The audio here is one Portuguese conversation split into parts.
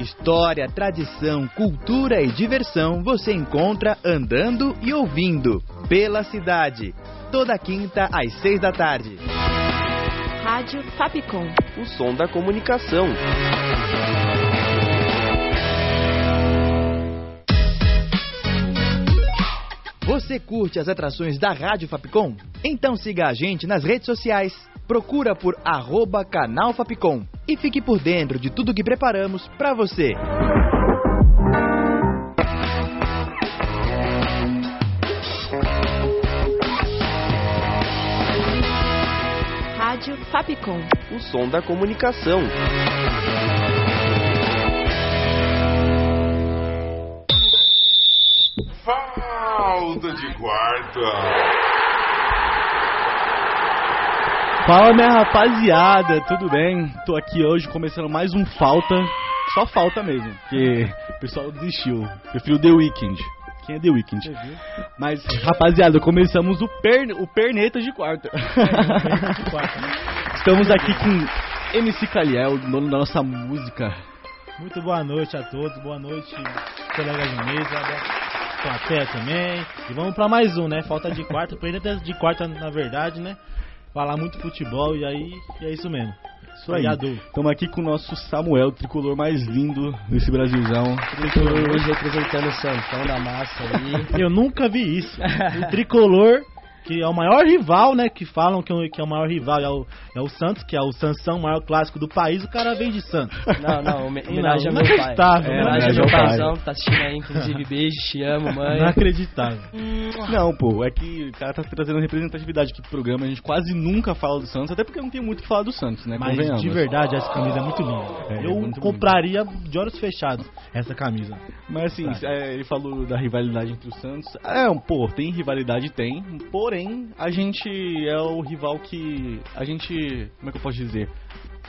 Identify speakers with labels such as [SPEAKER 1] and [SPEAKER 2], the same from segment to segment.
[SPEAKER 1] História, tradição, cultura e diversão você encontra andando e ouvindo pela cidade. Toda quinta às seis da tarde.
[SPEAKER 2] Rádio Fapcom.
[SPEAKER 3] O som da comunicação.
[SPEAKER 1] Você curte as atrações da Rádio Fapcom? Então siga a gente nas redes sociais. Procura por arroba canal Fapcom e fique por dentro de tudo que preparamos para você.
[SPEAKER 2] Rádio Fapcom.
[SPEAKER 3] O som da comunicação.
[SPEAKER 4] Falta de quarta.
[SPEAKER 5] Fala minha rapaziada, tudo bem? Tô aqui hoje começando mais um falta, só falta mesmo, porque o pessoal desistiu. Prefiro The Weeknd. Quem é The Weeknd? Mas rapaziada, começamos o, per... o Perneta de quarta.
[SPEAKER 6] É,
[SPEAKER 5] Estamos aqui com MC Caliel, o dono da nossa música.
[SPEAKER 6] Muito boa noite a todos, boa noite, colegas de mesa, da plateia também. E vamos pra mais um, né? Falta de quarta, perda de quarta na verdade, né? Falar muito futebol e aí e é isso mesmo.
[SPEAKER 5] Isso aí.
[SPEAKER 6] Obrigado.
[SPEAKER 5] Estamos aqui com o nosso Samuel, o tricolor mais lindo desse Brasilzão.
[SPEAKER 7] Tricolor hoje representando o Santão da massa aí.
[SPEAKER 6] Eu nunca vi isso. O tricolor, que é o maior rival, né? Que falam que é o, que é o maior rival, é o, é o Santos, que é o Sansão, o maior clássico do país, o cara vem de Santos.
[SPEAKER 7] Não, não, homen- homenagem
[SPEAKER 6] Não,
[SPEAKER 7] ao meu pai.
[SPEAKER 6] inacreditável,
[SPEAKER 5] É,
[SPEAKER 7] Homenagem ao meu
[SPEAKER 5] homenagem ao
[SPEAKER 7] paizão que tá assistindo aí, inclusive. Beijo, te amo, mãe.
[SPEAKER 6] Inacreditável.
[SPEAKER 5] Não, pô, é que o cara tá trazendo representatividade aqui pro programa. A gente quase nunca fala do Santos, até porque não tem muito o que falar do Santos, né?
[SPEAKER 6] Mas
[SPEAKER 5] Convenhamos.
[SPEAKER 6] de verdade, essa camisa é muito linda.
[SPEAKER 5] É,
[SPEAKER 6] Eu
[SPEAKER 5] muito
[SPEAKER 6] compraria de olhos fechados essa camisa.
[SPEAKER 5] Mas assim,
[SPEAKER 6] Tá.
[SPEAKER 5] é, ele falou da rivalidade entre o Santos. É, um, pô, tem rivalidade, tem. Porém, a gente é o rival que. A gente. Como é que eu posso dizer?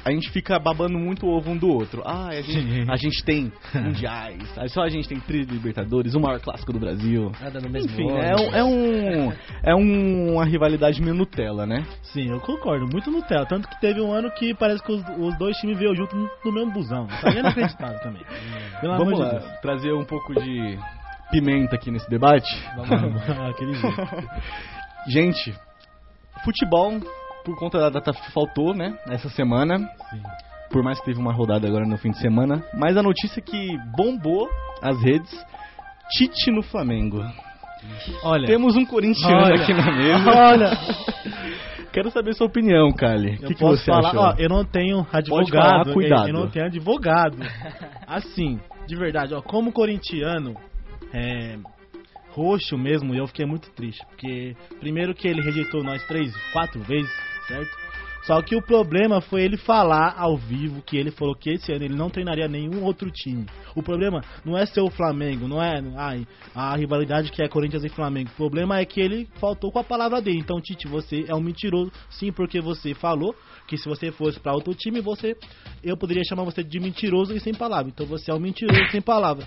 [SPEAKER 5] A gente fica babando muito o ovo um do outro. Ah, a gente,
[SPEAKER 6] Sim.
[SPEAKER 5] a gente tem mundiais. aí Só a gente tem três Libertadores, o maior clássico do Brasil.
[SPEAKER 7] Nada no mesmo
[SPEAKER 5] Enfim,
[SPEAKER 7] ano.
[SPEAKER 5] é,
[SPEAKER 6] né?
[SPEAKER 5] um- é um. É um- uma rivalidade meio Nutella, né?
[SPEAKER 6] Sim, eu concordo, muito Nutella. Tanto que teve um ano que parece que os, os dois times veio junto no, no mesmo busão. Isso aí é inacreditável também. Pelo amor
[SPEAKER 5] Vamos
[SPEAKER 6] de
[SPEAKER 5] lá,
[SPEAKER 6] Deus.
[SPEAKER 5] trazer um pouco de pimenta aqui nesse debate.
[SPEAKER 6] Aquele jeito.
[SPEAKER 5] Gente, futebol, por conta da data, faltou, né? Essa semana.
[SPEAKER 6] Sim.
[SPEAKER 5] Por mais que teve uma rodada agora no fim de semana. Mas a notícia que bombou as redes: Tite no Flamengo.
[SPEAKER 6] Olha,
[SPEAKER 5] Temos um corintiano
[SPEAKER 6] Olha.
[SPEAKER 5] aqui na mesa.
[SPEAKER 6] olha,
[SPEAKER 5] Quero saber sua opinião, Kali. O
[SPEAKER 6] eu
[SPEAKER 5] que, que
[SPEAKER 6] posso
[SPEAKER 5] você
[SPEAKER 6] falar,
[SPEAKER 5] achou?
[SPEAKER 6] ó, eu não tenho advogado,
[SPEAKER 5] falar,
[SPEAKER 6] eu-
[SPEAKER 5] cuidado.
[SPEAKER 6] eu não tenho advogado. Assim, de verdade, ó, como corintiano, é, roxo mesmo, eu fiquei muito triste, porque primeiro que ele rejeitou nós três, quatro vezes, certo? Só que o problema foi ele falar ao vivo que ele falou que esse ano ele não treinaria nenhum outro time. O problema não é ser o Flamengo, não é ai, a rivalidade que é Corinthians e Flamengo. O problema é que ele faltou com a palavra dele. Então, Tite, você é um mentiroso, sim, porque você falou que se você fosse pra outro time, você eu poderia chamar você de mentiroso e sem palavra. Então, você é um mentiroso sem palavra.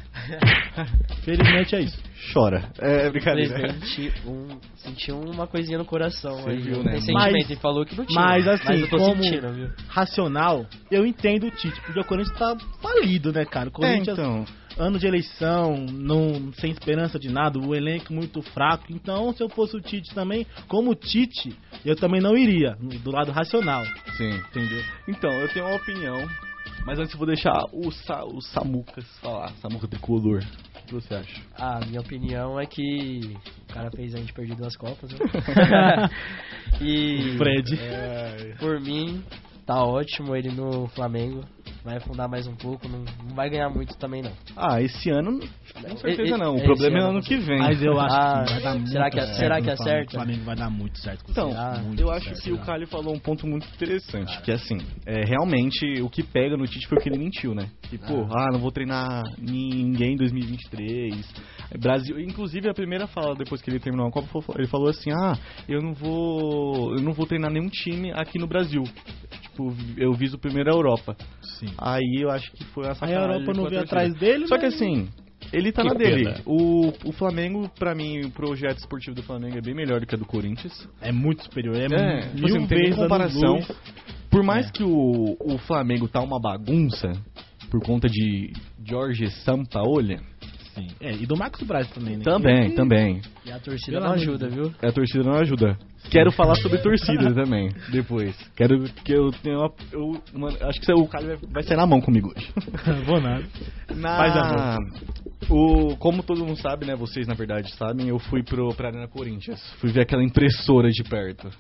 [SPEAKER 6] Felizmente é isso.
[SPEAKER 5] Chora. É brincadeira.
[SPEAKER 7] Infelizmente, um, senti uma coisinha no coração
[SPEAKER 5] Você
[SPEAKER 7] aí.
[SPEAKER 5] viu,
[SPEAKER 7] um
[SPEAKER 5] né?
[SPEAKER 7] Sentimento,
[SPEAKER 6] Mas-
[SPEAKER 7] ele falou que não tinha. né?
[SPEAKER 6] mas, assim,
[SPEAKER 7] eu tô
[SPEAKER 6] como-
[SPEAKER 7] sentindo, viu?
[SPEAKER 6] racional, eu entendo o Tite, porque o Corinthians tá falido, né, cara? O
[SPEAKER 5] É,
[SPEAKER 6] Corinthians,
[SPEAKER 5] então.
[SPEAKER 6] ano de eleição, não, sem esperança de nada, o elenco muito fraco. Então, se eu fosse o Tite também, como o Tite, eu também não iria, do lado racional,
[SPEAKER 5] Sim.
[SPEAKER 6] entendeu?
[SPEAKER 5] Então, eu tenho uma opinião, mas antes eu vou deixar o, Sa o Samucas falar. Samuca tricolor. O que você acha?
[SPEAKER 7] Ah, A minha opinião é que o cara fez a gente perder duas copas, né? e
[SPEAKER 6] Fred.
[SPEAKER 7] por mim tá ótimo ele no Flamengo. vai afundar mais um pouco, não, não vai ganhar muito também não.
[SPEAKER 5] Ah, esse ano, com certeza
[SPEAKER 7] E- e-
[SPEAKER 5] não. O
[SPEAKER 7] esse
[SPEAKER 5] problema é
[SPEAKER 7] ano-
[SPEAKER 5] ano que vem.
[SPEAKER 6] Mas eu acho
[SPEAKER 7] Ah,
[SPEAKER 6] que vai dar muito
[SPEAKER 7] será que-
[SPEAKER 6] certo.
[SPEAKER 7] será que
[SPEAKER 6] no Flamengo.
[SPEAKER 7] acerta?
[SPEAKER 6] O Flamengo vai dar muito certo com o
[SPEAKER 5] Então,
[SPEAKER 6] Ceará, muito Ah.
[SPEAKER 5] eu acho
[SPEAKER 6] certo,
[SPEAKER 5] que o
[SPEAKER 6] Ceará.
[SPEAKER 5] Calil falou um ponto muito interessante, que assim, é, realmente o que pega no Tite foi que ele mentiu, né? Que, pô, ah, não vou treinar ninguém em 2023. Brasil, inclusive a primeira fala depois que ele terminou a Copa, foi- ele falou assim: "Ah, eu não vou, eu não vou treinar nenhum time aqui no Brasil". Tipo, eu viso primeiro a Europa.
[SPEAKER 6] Sim.
[SPEAKER 5] Aí eu acho que foi a
[SPEAKER 6] Aí
[SPEAKER 5] sacanagem.
[SPEAKER 6] a Europa não
[SPEAKER 5] com a
[SPEAKER 6] veio
[SPEAKER 5] torcida.
[SPEAKER 6] atrás dele, né?
[SPEAKER 5] Só que
[SPEAKER 6] mas-
[SPEAKER 5] assim, ele tá na
[SPEAKER 8] Que
[SPEAKER 5] dele.
[SPEAKER 8] pena.
[SPEAKER 5] O, o Flamengo, pra mim, o projeto esportivo do Flamengo é bem melhor do que a do Corinthians.
[SPEAKER 6] É muito superior. É,
[SPEAKER 5] É,
[SPEAKER 6] mil
[SPEAKER 5] você não tem nem
[SPEAKER 6] vezes
[SPEAKER 5] comparação.
[SPEAKER 6] anos luz.
[SPEAKER 5] Por mais
[SPEAKER 6] É.
[SPEAKER 5] que o, o Flamengo tá uma bagunça por conta de Jorge Sampaoli,
[SPEAKER 6] Sim. É, e do Marcos Braz também, né?
[SPEAKER 5] também,
[SPEAKER 6] E-
[SPEAKER 5] também.
[SPEAKER 7] E a torcida
[SPEAKER 6] Pelo
[SPEAKER 7] não
[SPEAKER 6] amor de
[SPEAKER 7] ajuda, viu?
[SPEAKER 5] A torcida não ajuda. Quero falar sobre torcida também, depois. Quero que eu tenha uma. eu- mano, acho que o Caio vai- vai ser na mão comigo hoje.
[SPEAKER 6] Vou nada.
[SPEAKER 5] Na...
[SPEAKER 6] Faz a
[SPEAKER 5] Ah. o Como todo mundo sabe, né? Vocês na verdade sabem, eu fui pro, pra Arena Corinthians. Fui ver aquela impressora de perto.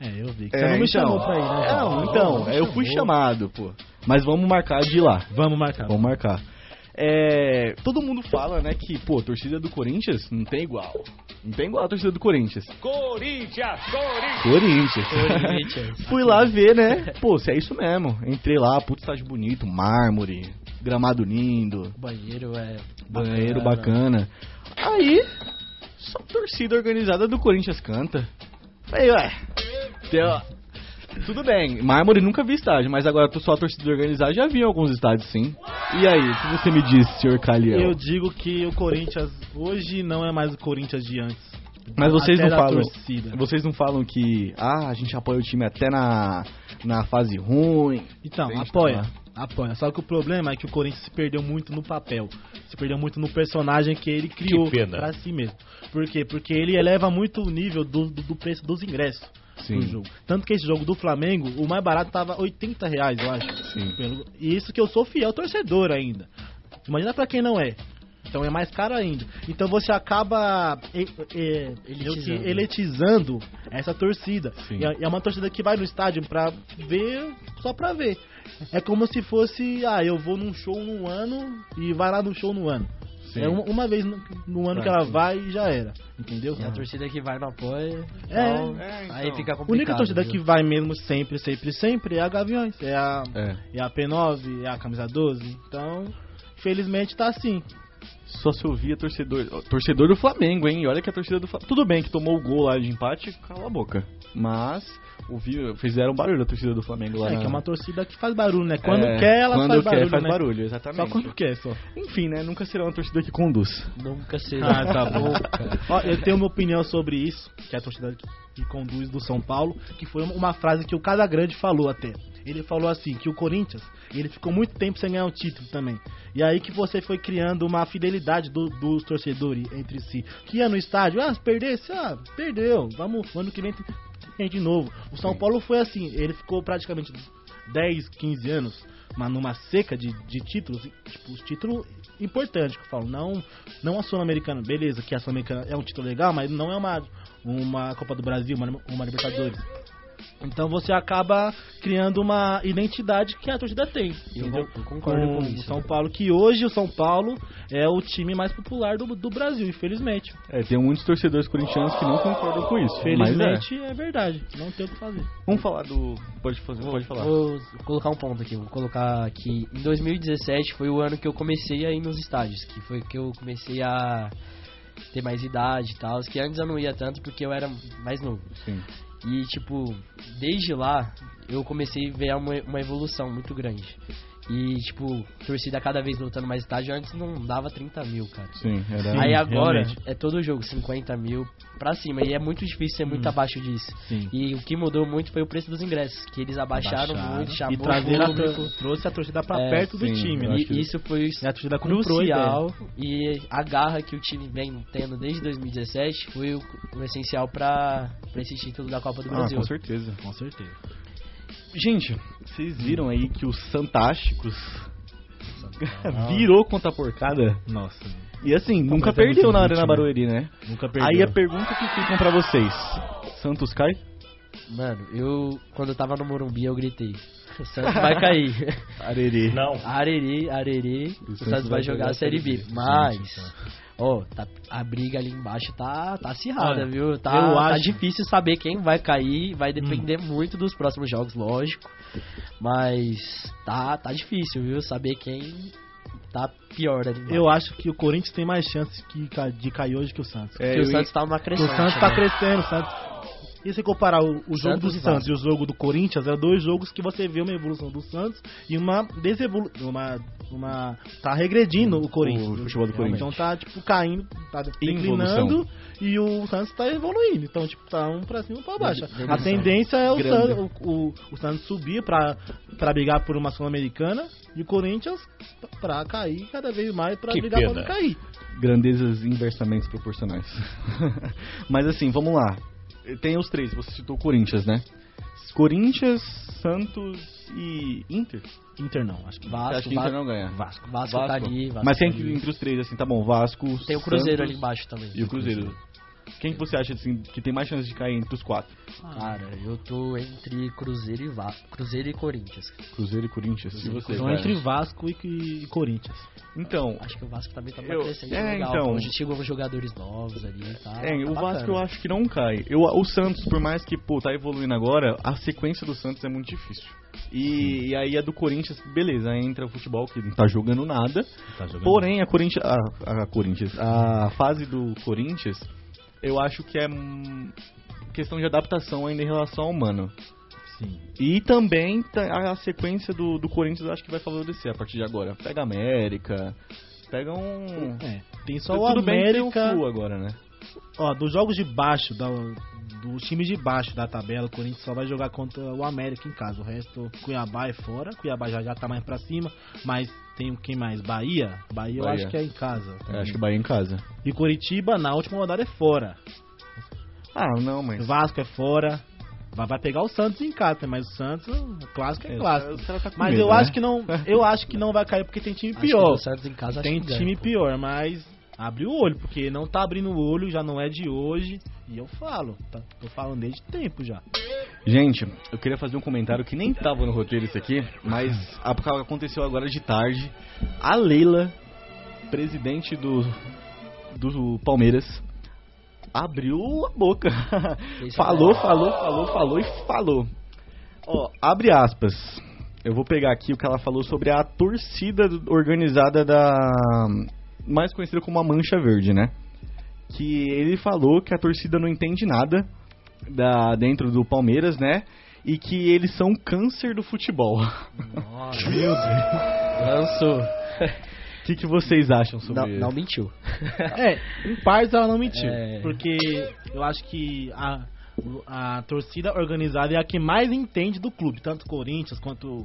[SPEAKER 6] É, eu vi. que
[SPEAKER 5] É,
[SPEAKER 6] Você não me
[SPEAKER 5] então.
[SPEAKER 6] chamou pra ir, né?
[SPEAKER 5] Não, então, eu fui chamado, pô. Mas vamos marcar de ir lá.
[SPEAKER 6] Vamos marcar.
[SPEAKER 5] Vamos marcar. É, todo mundo fala, né, que, pô, a torcida do Corinthians não tem igual. Não tem igual a torcida do Corinthians. Corinthians! Corinthians!
[SPEAKER 7] Corinthians.
[SPEAKER 5] Fui lá ver, né? Pô, se é isso mesmo. Entrei lá, puto estádio bonito, mármore, gramado lindo,
[SPEAKER 7] O banheiro é.
[SPEAKER 5] banheiro bacana. Aí, só a torcida organizada do Corinthians canta. Falei, ué. Teu... Tudo bem, mármore nunca vi estádio, mas agora só a torcida organizada já vi em alguns estádios sim. E aí, o que você me diz, senhor Caliel?
[SPEAKER 6] Eu digo que o Corinthians hoje não é mais o Corinthians de antes.
[SPEAKER 5] Mas vocês
[SPEAKER 6] Até
[SPEAKER 5] não
[SPEAKER 6] da
[SPEAKER 5] falam.
[SPEAKER 6] torcida.
[SPEAKER 5] Vocês não falam que. Ah, a gente apoia o time até na, na fase ruim.
[SPEAKER 6] Então,
[SPEAKER 5] Tem que
[SPEAKER 6] apoia.
[SPEAKER 5] falar.
[SPEAKER 6] Apoia. Só que o problema é que o Corinthians se perdeu muito no papel. Se perdeu muito no personagem que ele criou
[SPEAKER 8] pena.
[SPEAKER 6] pra si mesmo. Por quê? Porque ele eleva muito o nível do, do, do preço dos ingressos
[SPEAKER 5] Sim.
[SPEAKER 6] do jogo. Tanto que esse jogo do Flamengo, o mais barato tava 80 reais, eu acho.
[SPEAKER 5] Sim.
[SPEAKER 6] Pelo- E isso que eu sou fiel torcedor ainda. Imagina pra quem não é. Então é mais caro ainda. Então você acaba e- e- meio que
[SPEAKER 7] Elitizando.
[SPEAKER 6] eletizando essa torcida.
[SPEAKER 5] Sim.
[SPEAKER 6] E é- é uma torcida que vai no estádio pra ver, só pra ver. É como se fosse, ah, eu vou num show no ano e vai lá no show no ano.
[SPEAKER 5] Sim.
[SPEAKER 6] É uma, uma vez no, no ano
[SPEAKER 5] Ah,
[SPEAKER 6] que ela
[SPEAKER 5] sim.
[SPEAKER 6] vai e já era. Entendeu?
[SPEAKER 7] E é a torcida que vai não apoia.
[SPEAKER 6] Ah. É,
[SPEAKER 7] então,
[SPEAKER 5] é, então.
[SPEAKER 7] Aí fica
[SPEAKER 6] A
[SPEAKER 7] complicado.
[SPEAKER 6] única torcida
[SPEAKER 7] viu?
[SPEAKER 6] que vai mesmo sempre, sempre, sempre é a Gaviões. É a,
[SPEAKER 5] É.
[SPEAKER 6] é a P9, é a camisa 12. Então, felizmente tá assim.
[SPEAKER 5] Só se ouvia torcedor. ó, Torcedor do Flamengo, hein? E olha que a torcida do Flamengo. Tudo bem que tomou o gol lá de empate, cala a boca. Mas ouvi, fizeram um barulho a torcida do Flamengo lá.
[SPEAKER 6] É
[SPEAKER 5] na-
[SPEAKER 6] que é uma torcida que faz barulho, né? Quando
[SPEAKER 5] É,
[SPEAKER 6] quer, ela
[SPEAKER 5] quando
[SPEAKER 6] faz
[SPEAKER 5] quer,
[SPEAKER 6] barulho.
[SPEAKER 5] faz
[SPEAKER 6] né?
[SPEAKER 5] barulho,
[SPEAKER 6] Só
[SPEAKER 5] exatamente.
[SPEAKER 6] quando quer, só.
[SPEAKER 5] Enfim, né? Nunca será uma torcida que conduz.
[SPEAKER 7] Nunca se.
[SPEAKER 6] Ah, tá bom. Ó, eu tenho uma opinião sobre isso, que é a torcida que, que conduz do São Paulo, que foi uma frase que o Casa Grande falou até. Ele falou assim, que o Corinthians, ele ficou muito tempo sem ganhar um título também. E aí que você foi criando uma fidelidade do- dos torcedores entre si. Que ia no estádio, ah, se perdesse, ah, perdeu. Vamos, ano que vem tem- tem de novo. O São Paulo foi assim, ele ficou praticamente 10, 15 anos uma, numa seca de, de títulos, tipo, os títulos importantes que eu falo, não, não a Sul-Americana, beleza, que a Sul-Americana é um título legal, mas não é uma, uma Copa do Brasil, uma, uma Libertadores. Então você acaba criando uma identidade que a torcida tem.
[SPEAKER 7] Eu
[SPEAKER 6] entendeu?
[SPEAKER 7] con- eu concordo com
[SPEAKER 6] o
[SPEAKER 7] isso.
[SPEAKER 6] São Paulo, que hoje o São Paulo é o time mais popular do, do Brasil, infelizmente.
[SPEAKER 5] É, tem muitos torcedores corintianos que não concordam com isso. Mas, é.
[SPEAKER 6] Felizmente é. verdade, não tem o que fazer.
[SPEAKER 5] Vamos falar do. Pode, fazer, pode falar.
[SPEAKER 7] Vou colocar um ponto aqui. Vou colocar que em 2017 foi o ano que eu comecei a ir nos estádios. Que foi que eu comecei a ter mais idade e tal. Que antes eu não ia tanto porque eu era mais novo.
[SPEAKER 5] Sim.
[SPEAKER 7] E, tipo, desde lá eu comecei a ver uma, uma evolução muito grande. E, tipo, torcida cada vez lutando mais estádio. Antes não dava 30 mil, cara.
[SPEAKER 5] Sim, era.
[SPEAKER 6] Sim,
[SPEAKER 7] Aí agora
[SPEAKER 6] realmente.
[SPEAKER 7] é todo jogo 50 mil pra cima. E é muito difícil ser
[SPEAKER 6] Hum.
[SPEAKER 7] muito abaixo disso.
[SPEAKER 5] Sim.
[SPEAKER 7] E o que mudou muito foi o preço dos ingressos, que eles abaixaram,
[SPEAKER 6] Baixaram
[SPEAKER 7] muito, chamou
[SPEAKER 6] e trazeram
[SPEAKER 7] o
[SPEAKER 6] a,
[SPEAKER 7] público.
[SPEAKER 6] tor- trouxe a torcida pra
[SPEAKER 7] É,
[SPEAKER 6] perto do
[SPEAKER 5] sim,
[SPEAKER 6] time. né?
[SPEAKER 5] eu acho que-
[SPEAKER 7] E isso foi
[SPEAKER 6] E a torcida comprou a ideia.
[SPEAKER 7] crucial e a garra que o time vem tendo desde 2017 foi o, o essencial pra pra esse título da Copa do
[SPEAKER 5] Ah,
[SPEAKER 7] Brasil.
[SPEAKER 5] com certeza.
[SPEAKER 6] Com certeza.
[SPEAKER 5] Gente, vocês viram aí que os Santásticos virou contra a porcada?
[SPEAKER 6] Nossa,
[SPEAKER 5] E assim, nunca
[SPEAKER 6] mas é muito
[SPEAKER 5] perdeu na
[SPEAKER 6] ritmo.
[SPEAKER 5] Arena Barueri, né?
[SPEAKER 6] nunca perdeu.
[SPEAKER 5] Aí a pergunta que ficam pra vocês: Santos cai?
[SPEAKER 7] Mano, eu quando eu tava no Morumbi eu gritei. O Santos vai cair.
[SPEAKER 5] Arerê.
[SPEAKER 8] Não.
[SPEAKER 7] Arerê, Arerê, o Santos vai jogar a Série B. Mas, ó, tá- a briga ali embaixo tá, tá acirrada,
[SPEAKER 6] Olha,
[SPEAKER 7] viu? Tá,
[SPEAKER 6] eu
[SPEAKER 7] tá
[SPEAKER 6] acho-
[SPEAKER 7] difícil saber quem vai cair, vai depender muito dos próximos jogos, lógico. Mas tá, tá difícil, viu? Saber quem tá pior ali embaixo.
[SPEAKER 6] Eu acho que o Corinthians tem mais chances que ca- de cair hoje que o Santos.
[SPEAKER 5] É,
[SPEAKER 7] Porque o
[SPEAKER 5] eu-
[SPEAKER 7] Santos tá numa
[SPEAKER 6] Porque
[SPEAKER 7] crescente.
[SPEAKER 6] o Santos tá
[SPEAKER 7] né?
[SPEAKER 6] crescendo, o Santos. E se comparar o, o jogo
[SPEAKER 7] Santos
[SPEAKER 6] do
[SPEAKER 7] e
[SPEAKER 6] Santos e o jogo do Corinthians, eram dois jogos que você vê uma evolução do Santos e uma desevolução. Uma, uma. Tá regredindo o Corinthians.
[SPEAKER 5] O futebol do
[SPEAKER 6] Realmente.
[SPEAKER 5] Corinthians.
[SPEAKER 6] Então tá, tipo, caindo, tá declinando
[SPEAKER 5] Involução.
[SPEAKER 6] e o Santos tá evoluindo. Então, tipo, tá um pra cima e um pra baixo. A
[SPEAKER 7] Evolução.
[SPEAKER 6] tendência é o
[SPEAKER 5] Grande.
[SPEAKER 6] Santos, o, o, o Santos subir pra, pra brigar por uma Sul-Americana e o Corinthians pra cair cada vez mais pra
[SPEAKER 8] Que
[SPEAKER 6] brigar pra
[SPEAKER 8] pena.
[SPEAKER 6] não cair.
[SPEAKER 5] grandezas inversamente proporcionais. Mas assim, vamos lá. Tem os três, você citou o Corinthians, né? Corinthians, Santos e Inter.
[SPEAKER 6] Inter não, acho que
[SPEAKER 7] Vasco,
[SPEAKER 5] Acho que Inter não ganha.
[SPEAKER 7] Vasco, Vasco tá ali, Vasco
[SPEAKER 5] Mas
[SPEAKER 7] tá
[SPEAKER 5] quem que
[SPEAKER 7] ali.
[SPEAKER 5] entre os três, assim, tá bom, Vasco.
[SPEAKER 7] Tem o Cruzeiro
[SPEAKER 5] Santos
[SPEAKER 7] ali embaixo também.
[SPEAKER 5] E o Cruzeiro. Quem que você acha assim, que tem mais chance de cair entre os quatro?
[SPEAKER 7] Cara, eu tô entre Cruzeiro e Vasco. Cruzeiro e Corinthians.
[SPEAKER 5] Cruzeiro e Corinthians. E você,
[SPEAKER 6] Então
[SPEAKER 5] cara?
[SPEAKER 6] entre Vasco e, e Corinthians.
[SPEAKER 5] Então,
[SPEAKER 7] Acho que o Vasco também tá
[SPEAKER 5] Eu-
[SPEAKER 7] eu, crescente
[SPEAKER 5] é,
[SPEAKER 7] legal.
[SPEAKER 5] então.
[SPEAKER 7] Então. Chegou com jogadores novos ali, tá?
[SPEAKER 5] É,
[SPEAKER 7] tá
[SPEAKER 5] o Vasco eu
[SPEAKER 7] bacana.
[SPEAKER 5] acho que não cai. Eu, o Santos, por mais que, pô, tá evoluindo agora, a sequência do Santos é muito difícil. E, e aí a do Corinthians, beleza, aí entra o futebol que não tá jogando nada.
[SPEAKER 6] Tá
[SPEAKER 5] Porém, a Corinthians. A, a Corinthians. A fase do Corinthians, eu acho que é hum, questão de adaptação ainda em relação ao humano.
[SPEAKER 6] Sim.
[SPEAKER 5] E também tá- a a sequência do, do Corinthians eu acho que vai favorecer a partir de agora. Pega a América. Pega um.
[SPEAKER 6] É, tem só o
[SPEAKER 5] Tudo bem que tem
[SPEAKER 6] América.
[SPEAKER 5] o Flu agora, né?
[SPEAKER 6] ó, dos jogos de baixo, da, dos times de baixo da tabela, o Corinthians só vai jogar contra o América em casa. O resto, Cuiabá é fora. Cuiabá já, já tá mais pra cima. Mas tem quem mais? Bahia? Bahia, eu
[SPEAKER 5] Bahia.
[SPEAKER 6] acho que é em casa.
[SPEAKER 5] Eu acho que o Bahia em casa.
[SPEAKER 6] E Curitiba, na última rodada, é fora.
[SPEAKER 5] Ah, não, mas.
[SPEAKER 6] Vasco é fora. Vai vai pegar o Santos em casa, mas o Santos, o clássico é,
[SPEAKER 5] É,
[SPEAKER 6] clássico.
[SPEAKER 5] os caras tá com
[SPEAKER 6] mas
[SPEAKER 5] medo,
[SPEAKER 6] eu
[SPEAKER 5] né?
[SPEAKER 6] acho que não, eu acho que não vai cair porque tem time
[SPEAKER 7] Acho que
[SPEAKER 6] pior.
[SPEAKER 7] o Santos em casa acho
[SPEAKER 6] Tem
[SPEAKER 7] que ganha,
[SPEAKER 6] time
[SPEAKER 7] pô.
[SPEAKER 6] pior, mas abre o olho, porque não tá abrindo o olho, já não é de hoje. E eu falo, tá, tô falando desde tempo já.
[SPEAKER 5] Gente, eu queria fazer um comentário que nem tava no roteiro isso aqui, mas a- aconteceu agora de tarde. A Leila, presidente do, do Palmeiras, abriu a boca.
[SPEAKER 7] Isso
[SPEAKER 5] falou, falou, falou, falou e falou. Ó, abre aspas. Eu vou pegar aqui o que ela falou sobre a torcida organizada da. mais conhecida como a Mancha Verde, né? que ele falou que a torcida não entende nada da, dentro do Palmeiras, né? E que eles são o câncer do futebol. O
[SPEAKER 7] Nossa. Lançou.
[SPEAKER 5] que, que vocês acham sobre
[SPEAKER 7] Não,
[SPEAKER 5] isso?
[SPEAKER 7] não mentiu.
[SPEAKER 6] É, em partes ela não mentiu.
[SPEAKER 7] É.
[SPEAKER 6] Porque eu acho que a, a torcida organizada é a que mais entende do clube, tanto Corinthians quanto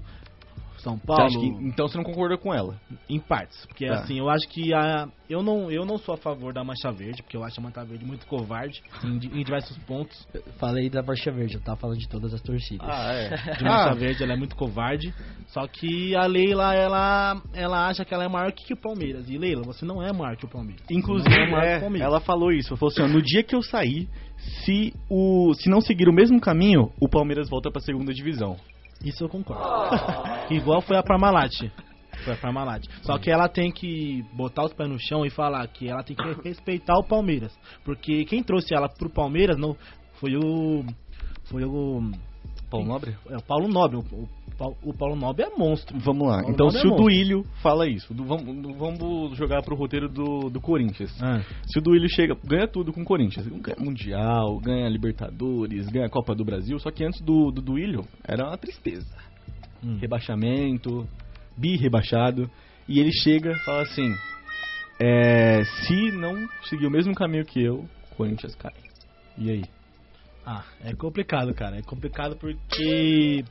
[SPEAKER 6] São
[SPEAKER 5] Você
[SPEAKER 6] Paulo.
[SPEAKER 5] acha que- então você não concorda com ela?
[SPEAKER 6] Em partes. Porque
[SPEAKER 5] Tá.
[SPEAKER 6] assim, eu acho que a. Eu não, eu não sou a favor da Mancha Verde, porque eu acho a Mancha Verde muito covarde em, di- em diversos pontos.
[SPEAKER 7] Falei da Marcha Verde, eu tava falando de todas as torcidas.
[SPEAKER 5] Ah, é.
[SPEAKER 6] De Mancha Verde, ela é muito covarde. Só que a Leila, ela, ela acha que ela é maior que o Palmeiras. E Leila, você não é maior que o Palmeiras.
[SPEAKER 5] Inclusive,
[SPEAKER 6] Não é maior que o
[SPEAKER 5] é,
[SPEAKER 6] Palmeiras.
[SPEAKER 5] ela falou isso. Ela falou assim: ó, no dia que eu sair, se, o, se não seguir o mesmo caminho, o Palmeiras volta pra segunda divisão.
[SPEAKER 6] Isso eu concordo. Igual foi a Parmalat. Foi a Parmalat. Só que ela tem que botar os pés no chão e falar que ela tem que respeitar o Palmeiras. Porque quem trouxe ela pro Palmeiras não foi o. Foi o.
[SPEAKER 5] Paulo Nobre?
[SPEAKER 6] é o Paulo Nobre. O, o Pau- o Paulo Nobre é monstro.
[SPEAKER 5] Vamos lá.
[SPEAKER 6] Paulo
[SPEAKER 5] então,
[SPEAKER 6] Nobre
[SPEAKER 5] se
[SPEAKER 6] é
[SPEAKER 5] o
[SPEAKER 6] monstro.
[SPEAKER 5] Duílio fala isso, do- vamos, vamos jogar pro roteiro do, do Corinthians. Se o Duílio chega, ganha tudo com o Corinthians. Um Ganha Mundial, ganha Libertadores, ganha Copa do Brasil. Só que antes do, do Duílio, era uma tristeza.
[SPEAKER 6] Hum.
[SPEAKER 5] Rebaixamento, bi-rebaixado. E ele chega e fala assim: é, se não seguir o mesmo caminho que eu, o Corinthians cai. E aí?
[SPEAKER 6] Ah, é complicado, cara. É complicado porque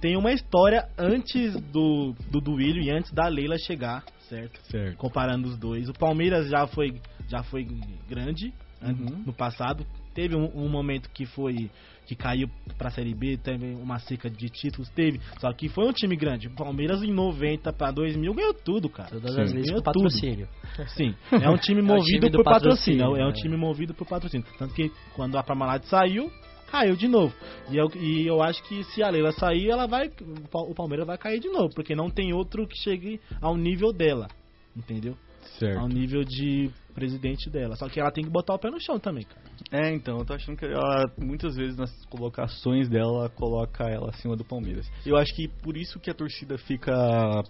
[SPEAKER 6] tem uma história antes do, do Duílio e antes da Leila chegar, certo?
[SPEAKER 5] Certo.
[SPEAKER 6] comparando os dois. O Palmeiras já foi, já foi grande né,
[SPEAKER 5] Uhum.
[SPEAKER 6] no passado. Teve um, um momento que foi que caiu pra Série B, teve uma seca de títulos, teve. Só que foi um time grande. O Palmeiras em 90 pra 2000 ganhou tudo, cara.
[SPEAKER 7] Todas
[SPEAKER 5] Sim.
[SPEAKER 7] as vezes
[SPEAKER 6] Ganhou
[SPEAKER 7] com
[SPEAKER 6] tudo.
[SPEAKER 7] patrocínio.
[SPEAKER 6] Sim, é um time
[SPEAKER 7] É o
[SPEAKER 6] movido
[SPEAKER 7] time do
[SPEAKER 6] por patrocínio.
[SPEAKER 7] patrocínio,
[SPEAKER 6] É um
[SPEAKER 7] né?
[SPEAKER 6] time movido por patrocínio. Tanto que quando a Parmalat saiu, caiu de novo. E eu, e eu acho que se a Leila sair, ela vai, o Pal- o Palmeiras vai cair de novo, porque não tem outro que chegue ao nível dela, entendeu? Ao
[SPEAKER 5] Certo.
[SPEAKER 6] nível de presidente dela. Só que ela tem que botar o pé no chão também, cara.
[SPEAKER 5] É, então, eu tô achando que ela, muitas vezes nas colocações dela, ela coloca ela acima do Palmeiras. Eu acho que por isso que a torcida fica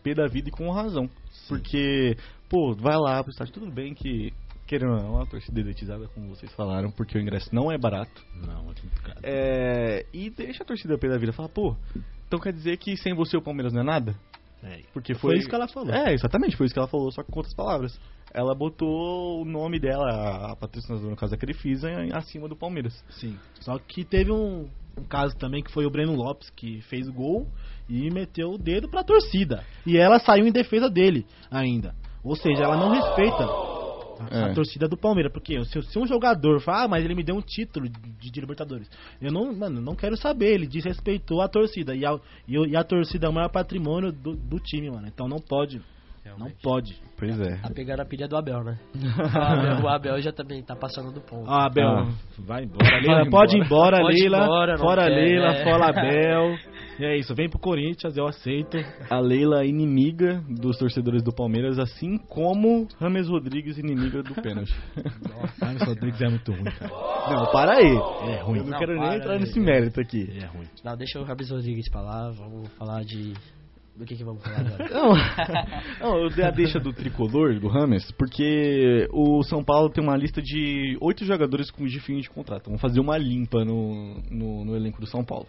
[SPEAKER 5] pé da vida e com razão. Porque, pô, vai lá pro estádio, tudo bem que, querendo ou não, a torcida é elitizada, como vocês falaram, porque o ingresso não é barato.
[SPEAKER 6] Não, é complicado.
[SPEAKER 5] É, e deixa a torcida pé da vida, fala, pô, então quer dizer que sem você o Palmeiras não é nada? Porque foi,
[SPEAKER 6] Foi isso que ela falou.
[SPEAKER 5] É, exatamente, foi isso que ela falou, só que com outras palavras. Ela botou o nome dela, a patrocinadora no caso da Crefisa, em- acima do Palmeiras.
[SPEAKER 6] Sim. Só que teve um, um caso também que foi o Breno Lopes que fez o gol e meteu o dedo pra torcida. E ela saiu em defesa dele ainda. Ou seja, ela não respeita a, a
[SPEAKER 5] É.
[SPEAKER 6] torcida do Palmeiras. Porque se, se um jogador fala, ah, mas ele me deu um título de, de Libertadores. Eu não, mano, não quero saber. Ele desrespeitou a torcida. E a, e, o- e a torcida é o maior patrimônio do, do time, mano. Então não pode. Não pode.
[SPEAKER 5] Pois é.
[SPEAKER 7] Tá pegando a pilha do Abel, né? O Abel, o Abel já também tá passando do ponto.
[SPEAKER 6] Ah, Abel,
[SPEAKER 5] Ah.
[SPEAKER 6] vai embora. Leila,
[SPEAKER 5] Vai
[SPEAKER 6] pode ir
[SPEAKER 5] embora.
[SPEAKER 6] embora,
[SPEAKER 7] Pode ir
[SPEAKER 6] Leila.
[SPEAKER 7] embora, não
[SPEAKER 6] fora
[SPEAKER 7] quer,
[SPEAKER 6] Leila,
[SPEAKER 7] né?
[SPEAKER 6] fora Abel. E é isso, vem pro Corinthians, eu aceito.
[SPEAKER 5] A Leila é inimiga dos torcedores do Palmeiras, assim como Rames Rodrigues inimiga do pênalti.
[SPEAKER 6] Ai, meu Rodrigues é muito ruim, cara.
[SPEAKER 5] não, para aí.
[SPEAKER 6] Ele é ruim.
[SPEAKER 5] Eu não, quero
[SPEAKER 7] para,
[SPEAKER 5] nem entrar
[SPEAKER 7] né?
[SPEAKER 5] nesse mérito aqui.
[SPEAKER 6] Ele é ruim.
[SPEAKER 7] Não, deixa o Rabis Rodrigues pra lá, vamos falar de. Do que, que vamos falar agora?
[SPEAKER 5] Não, não, eu dei a deixa do tricolor, do Rames, porque o São Paulo tem uma lista de oito jogadores com de fim de contrato. Vamos fazer uma limpa no, no, no elenco do São Paulo.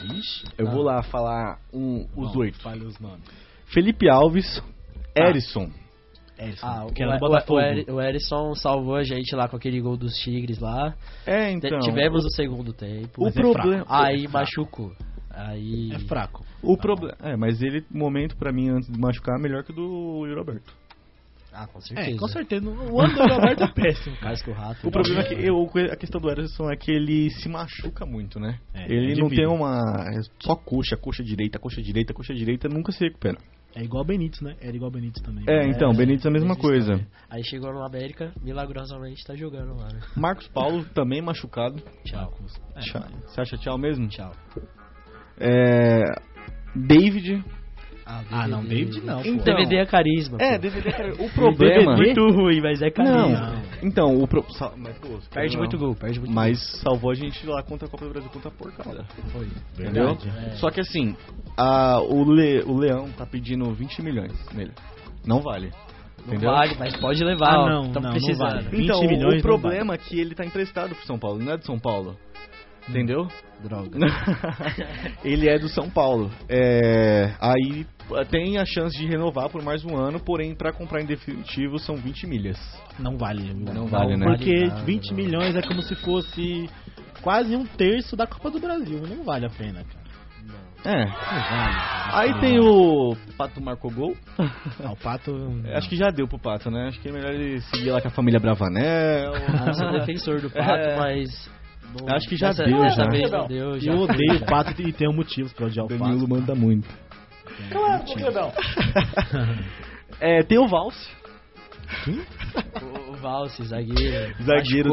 [SPEAKER 6] Vixe.
[SPEAKER 5] Eu vou lá falar um- os
[SPEAKER 6] Ah. Bom, Ah.
[SPEAKER 5] oito.
[SPEAKER 6] Fale os nomes.
[SPEAKER 5] Felipe Alves, Erisson.
[SPEAKER 6] Erisson,
[SPEAKER 7] Ah, o,
[SPEAKER 6] que era do
[SPEAKER 7] o,
[SPEAKER 6] Botafogo.
[SPEAKER 7] o, Eri- o Erisson salvou a gente lá com aquele gol dos Tigres lá.
[SPEAKER 5] É,
[SPEAKER 7] Te-
[SPEAKER 5] então.
[SPEAKER 7] Tivemos o segundo tempo.
[SPEAKER 5] O
[SPEAKER 7] Mas é
[SPEAKER 5] problema-
[SPEAKER 7] fraco. Aí machucou. Aí.
[SPEAKER 6] É fraco.
[SPEAKER 5] O problema. É, mas ele, momento pra mim, antes de machucar, é melhor que o do Roberto.
[SPEAKER 7] Ah, com certeza.
[SPEAKER 6] É, com certeza. O ano do Roberto é péssimo, cara.
[SPEAKER 7] Mais que o rato. né?
[SPEAKER 5] O problema é que eu, a questão do Ederson é que ele se machuca muito, né?
[SPEAKER 6] É,
[SPEAKER 5] ele
[SPEAKER 6] é
[SPEAKER 5] não tem
[SPEAKER 6] divino.
[SPEAKER 5] uma. é Só coxa, coxa direita, coxa direita, coxa direita, nunca se recupera.
[SPEAKER 6] É igual o Benítez, né? Era igual o Benítez também.
[SPEAKER 5] É, então, Benítez é a mesma
[SPEAKER 7] existe
[SPEAKER 5] coisa.
[SPEAKER 7] também. Aí chegou no América, milagrosamente tá jogando lá, né?
[SPEAKER 5] Marcos Paulo também machucado.
[SPEAKER 7] Tchau.
[SPEAKER 5] Tchau.
[SPEAKER 6] É.
[SPEAKER 5] Você acha tchau mesmo?
[SPEAKER 7] Tchau.
[SPEAKER 5] É. David.
[SPEAKER 6] Ah, não, David não, pô.
[SPEAKER 5] Então-
[SPEAKER 7] DVD é carisma. pô.
[SPEAKER 5] DVD. O
[SPEAKER 7] DVD é muito ruim, mas é
[SPEAKER 5] Não.
[SPEAKER 7] carisma.
[SPEAKER 5] Então, o. Pro... sal- Mas, pô,
[SPEAKER 7] Perde
[SPEAKER 5] não.
[SPEAKER 7] muito gol, perde muito
[SPEAKER 5] Mas salvou a gente lá contra a Copa do Brasil contra a porcada.
[SPEAKER 7] Foi.
[SPEAKER 5] Entendeu? Só que assim, a- o, Le- o Leão tá pedindo 20 milhões nele. Não vale.
[SPEAKER 7] Não
[SPEAKER 5] Entendeu?
[SPEAKER 7] vale, mas pode levar,
[SPEAKER 6] Ah,
[SPEAKER 7] ó.
[SPEAKER 6] não,
[SPEAKER 7] Tamo
[SPEAKER 6] não, não
[SPEAKER 7] precisando.
[SPEAKER 6] vale. 20
[SPEAKER 5] Então,
[SPEAKER 6] milhões
[SPEAKER 5] o
[SPEAKER 6] não
[SPEAKER 5] problema é que ele tá emprestado pro São Paulo, não é do São Paulo. Entendeu?
[SPEAKER 7] Hum. Droga.
[SPEAKER 5] ele é do São Paulo. É, aí p- tem a chance de renovar por mais um ano, porém pra comprar em definitivo são 20 milhas.
[SPEAKER 6] Não vale.
[SPEAKER 5] Não vale, né?
[SPEAKER 6] Porque
[SPEAKER 7] Vale nada,
[SPEAKER 6] 20
[SPEAKER 7] não.
[SPEAKER 6] milhões é como se fosse quase um terço da Copa do Brasil. Não vale a pena, cara.
[SPEAKER 5] É.
[SPEAKER 6] Não vale.
[SPEAKER 7] Ah.
[SPEAKER 5] Aí tem o Pato marcou gol.
[SPEAKER 6] Ah, o Pato...
[SPEAKER 5] Acho que já deu pro Pato, né? Acho que é melhor ele seguir lá com a família Bravanel.
[SPEAKER 7] Ah, eu sou defensor do Pato,
[SPEAKER 5] É.
[SPEAKER 7] mas. não-
[SPEAKER 5] Acho que já
[SPEAKER 7] dessa-
[SPEAKER 5] deu,
[SPEAKER 7] dessa
[SPEAKER 5] já.
[SPEAKER 7] vez não deu, já.
[SPEAKER 6] é Eu odeio o Pato e tenho motivos um pra odiar o Pato.
[SPEAKER 5] manda muito.
[SPEAKER 4] Claro, por que não?
[SPEAKER 5] É, tem o Vals.
[SPEAKER 7] O Valse, zagueiro.
[SPEAKER 5] Zagueiro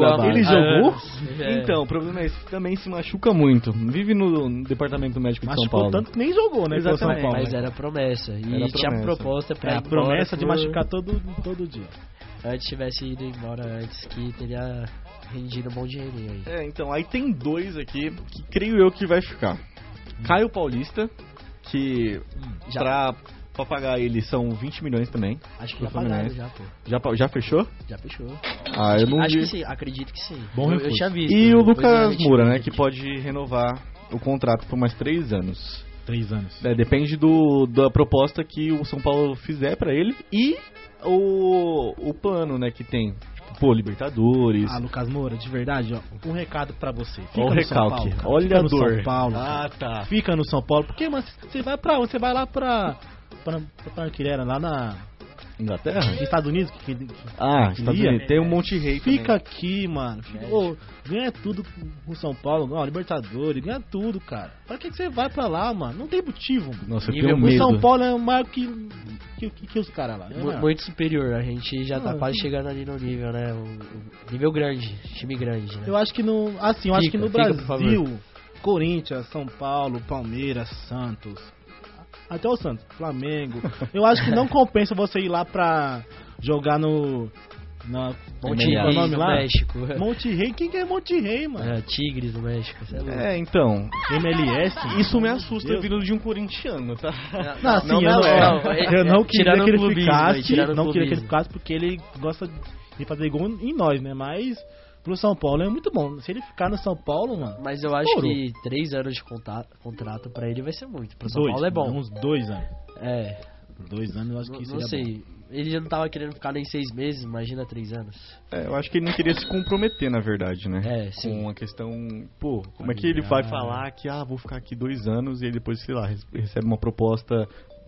[SPEAKER 7] Machucou
[SPEAKER 5] da
[SPEAKER 7] a-
[SPEAKER 5] base.
[SPEAKER 7] a-
[SPEAKER 5] Ele jogou?
[SPEAKER 7] É.
[SPEAKER 5] Então, o problema é esse. Também se machuca muito. Vive no, no departamento médico de é São
[SPEAKER 6] Machucou
[SPEAKER 5] Paulo.
[SPEAKER 6] tanto que nem jogou, né? pelo São
[SPEAKER 5] Exatamente.
[SPEAKER 6] Paulo,
[SPEAKER 7] Mas
[SPEAKER 6] né?
[SPEAKER 7] era promessa. E
[SPEAKER 5] Era
[SPEAKER 7] tinha
[SPEAKER 5] promessa.
[SPEAKER 7] proposta pra
[SPEAKER 6] É
[SPEAKER 7] ir
[SPEAKER 6] a
[SPEAKER 7] embora
[SPEAKER 6] promessa de
[SPEAKER 7] por-
[SPEAKER 6] machucar todo, todo dia.
[SPEAKER 7] Antes tivesse ido embora antes, que teria rendido um bom dinheirinho aí.
[SPEAKER 5] É, então, aí tem dois aqui que creio eu que vai ficar. Caio Paulista, que
[SPEAKER 7] Já.
[SPEAKER 5] pra, pra pagar ele são 20 milhões também.
[SPEAKER 7] Acho que
[SPEAKER 5] Pro
[SPEAKER 7] já pagaram
[SPEAKER 5] Fluminense.
[SPEAKER 7] já, pô.
[SPEAKER 5] Já, pa- já fechou?
[SPEAKER 7] Já fechou.
[SPEAKER 5] Ah, eu não
[SPEAKER 7] Acho
[SPEAKER 5] vi.
[SPEAKER 7] que sim, acredito que sim.
[SPEAKER 6] Bom
[SPEAKER 7] eu, eu
[SPEAKER 6] reforço.
[SPEAKER 7] tinha visto.
[SPEAKER 5] E
[SPEAKER 7] eu-
[SPEAKER 5] o
[SPEAKER 7] eu
[SPEAKER 5] Lucas
[SPEAKER 7] vi no
[SPEAKER 5] Moura, né?
[SPEAKER 7] Twitter.
[SPEAKER 5] Que pode renovar o contrato por mais três anos.
[SPEAKER 6] Três anos.
[SPEAKER 5] É, depende do, da proposta que o São Paulo fizer pra ele e o, o plano, né, que tem. Tipo, pô, Libertadores.
[SPEAKER 6] Ah, Lucas Moura, de verdade, ó, um recado pra você. Fica
[SPEAKER 5] Ó o
[SPEAKER 6] no São
[SPEAKER 5] recalque.
[SPEAKER 6] Paulo, cara.
[SPEAKER 5] Olha
[SPEAKER 6] Fica
[SPEAKER 5] a
[SPEAKER 6] no
[SPEAKER 5] dor.
[SPEAKER 6] São Paulo.
[SPEAKER 7] Ah,
[SPEAKER 6] cara.
[SPEAKER 5] tá.
[SPEAKER 6] Fica no São Paulo. Porque, mas você vai pra onde? Você vai lá pra... Pra, pra Arquilera, lá na...
[SPEAKER 5] Inglaterra?
[SPEAKER 6] nos Estados Unidos? Que, que- que-
[SPEAKER 5] Ah, Estados
[SPEAKER 6] Ia.
[SPEAKER 5] Unidos. Tem um monte rei.
[SPEAKER 6] fica aqui, mano. Fica- ô, ganha tudo com São Paulo. Ó, Libertadores, ganha tudo, cara. Pra que, que você vai pra lá, mano? Não tem motivo, mano.
[SPEAKER 5] Também. Nossa, eu
[SPEAKER 7] Nível
[SPEAKER 5] tenho
[SPEAKER 6] O
[SPEAKER 5] medo.
[SPEAKER 6] São Paulo é o maior que, que, que, que os caras lá.
[SPEAKER 7] Mu-
[SPEAKER 6] né?
[SPEAKER 7] Muito superior, a gente já tá
[SPEAKER 6] Ah,
[SPEAKER 7] quase
[SPEAKER 6] sim.
[SPEAKER 7] chegando ali no nível, né? O, o nível grande, time grande, né?
[SPEAKER 6] Eu acho que no. Assim, eu acho
[SPEAKER 7] Fica,
[SPEAKER 6] que no
[SPEAKER 7] fica, por
[SPEAKER 6] Brasil, Corinthians, São Paulo, Palmeiras, Santos. Até o Santos, Flamengo. Eu acho que não compensa você ir lá pra jogar no. Na,
[SPEAKER 7] Monte
[SPEAKER 6] como é o
[SPEAKER 7] Reis
[SPEAKER 6] nome
[SPEAKER 7] no
[SPEAKER 6] lá?
[SPEAKER 7] México.
[SPEAKER 6] Monte Rei? Quem que é Monte Rei, mano?
[SPEAKER 7] É, Tigres no México. sei lá.
[SPEAKER 5] É, então.
[SPEAKER 6] MLS?
[SPEAKER 5] Isso me assusta
[SPEAKER 6] Deus.
[SPEAKER 5] vindo de um corintiano, tá?
[SPEAKER 6] Não, assim,
[SPEAKER 5] Não,
[SPEAKER 6] eu,
[SPEAKER 5] não
[SPEAKER 6] não,
[SPEAKER 5] é.
[SPEAKER 7] é-
[SPEAKER 6] eu não queria
[SPEAKER 7] tirando
[SPEAKER 6] que
[SPEAKER 7] o
[SPEAKER 6] ele
[SPEAKER 7] clubismo, aí,
[SPEAKER 6] ficasse.
[SPEAKER 7] tirando o
[SPEAKER 6] Não queria que ele
[SPEAKER 7] clubismo.
[SPEAKER 6] ficasse porque ele gosta de fazer gol em nós, né? Mas pro São Paulo é muito bom. Se ele ficar no São Paulo, mano.
[SPEAKER 7] Mas eu acho
[SPEAKER 6] Ouro.
[SPEAKER 7] que três anos de conta- contrato pra ele vai ser muito. Pro São
[SPEAKER 6] dois,
[SPEAKER 7] Paulo
[SPEAKER 6] né?
[SPEAKER 7] é bom.
[SPEAKER 6] Uns dois anos.
[SPEAKER 7] É,
[SPEAKER 6] Dois anos eu acho que
[SPEAKER 7] não,
[SPEAKER 6] isso
[SPEAKER 7] não sei. Ele já não tava querendo ficar nem seis meses, imagina três anos.
[SPEAKER 5] É, eu acho que ele não queria se comprometer, na verdade, né?
[SPEAKER 7] É, sim.
[SPEAKER 5] Com a questão, pô, como é que ele vai falar que, ah, vou ficar aqui dois anos e ele depois, sei lá, re- recebe uma proposta